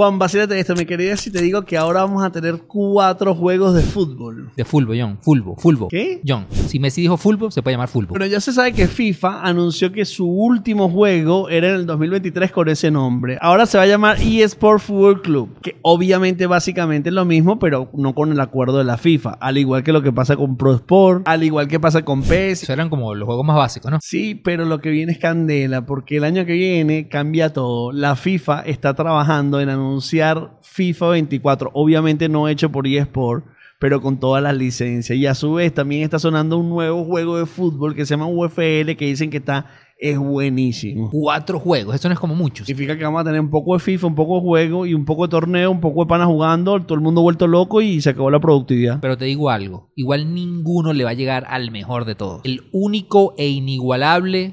Juan, vacílate esto, mi querida, si te digo que ahora vamos a tener cuatro juegos de fútbol. De Fulbo, John. Fulbo, Fulbo. ¿Qué? John. Si Messi dijo Fulbo, se puede llamar Fulbo. Bueno, ya se sabe que FIFA anunció que su último juego era en el 2023 con ese nombre. Ahora se va a llamar eSport Football Club, que obviamente básicamente es lo mismo, pero no con el acuerdo de la FIFA. Al igual que lo que pasa con Pro Sport, al igual que pasa con PES, Eso eran como los juegos más básicos, ¿no? Sí, pero lo que viene es candela, porque el año que viene cambia todo. La FIFA está trabajando en anunciar FIFA 24, obviamente no hecho por eSport, pero con todas las licencias. Y a su vez también está sonando un nuevo juego de fútbol que se llama UFL, que dicen que está, es buenísimo. Cuatro juegos. Eso no es como muchos. Significa que vamos a tener un poco de FIFA, un poco de juego y un poco de torneo, un poco de panas jugando, todo el mundo vuelto loco y se acabó la productividad. Pero te digo algo. Igual ninguno le va a llegar al mejor de todos. El único e inigualable.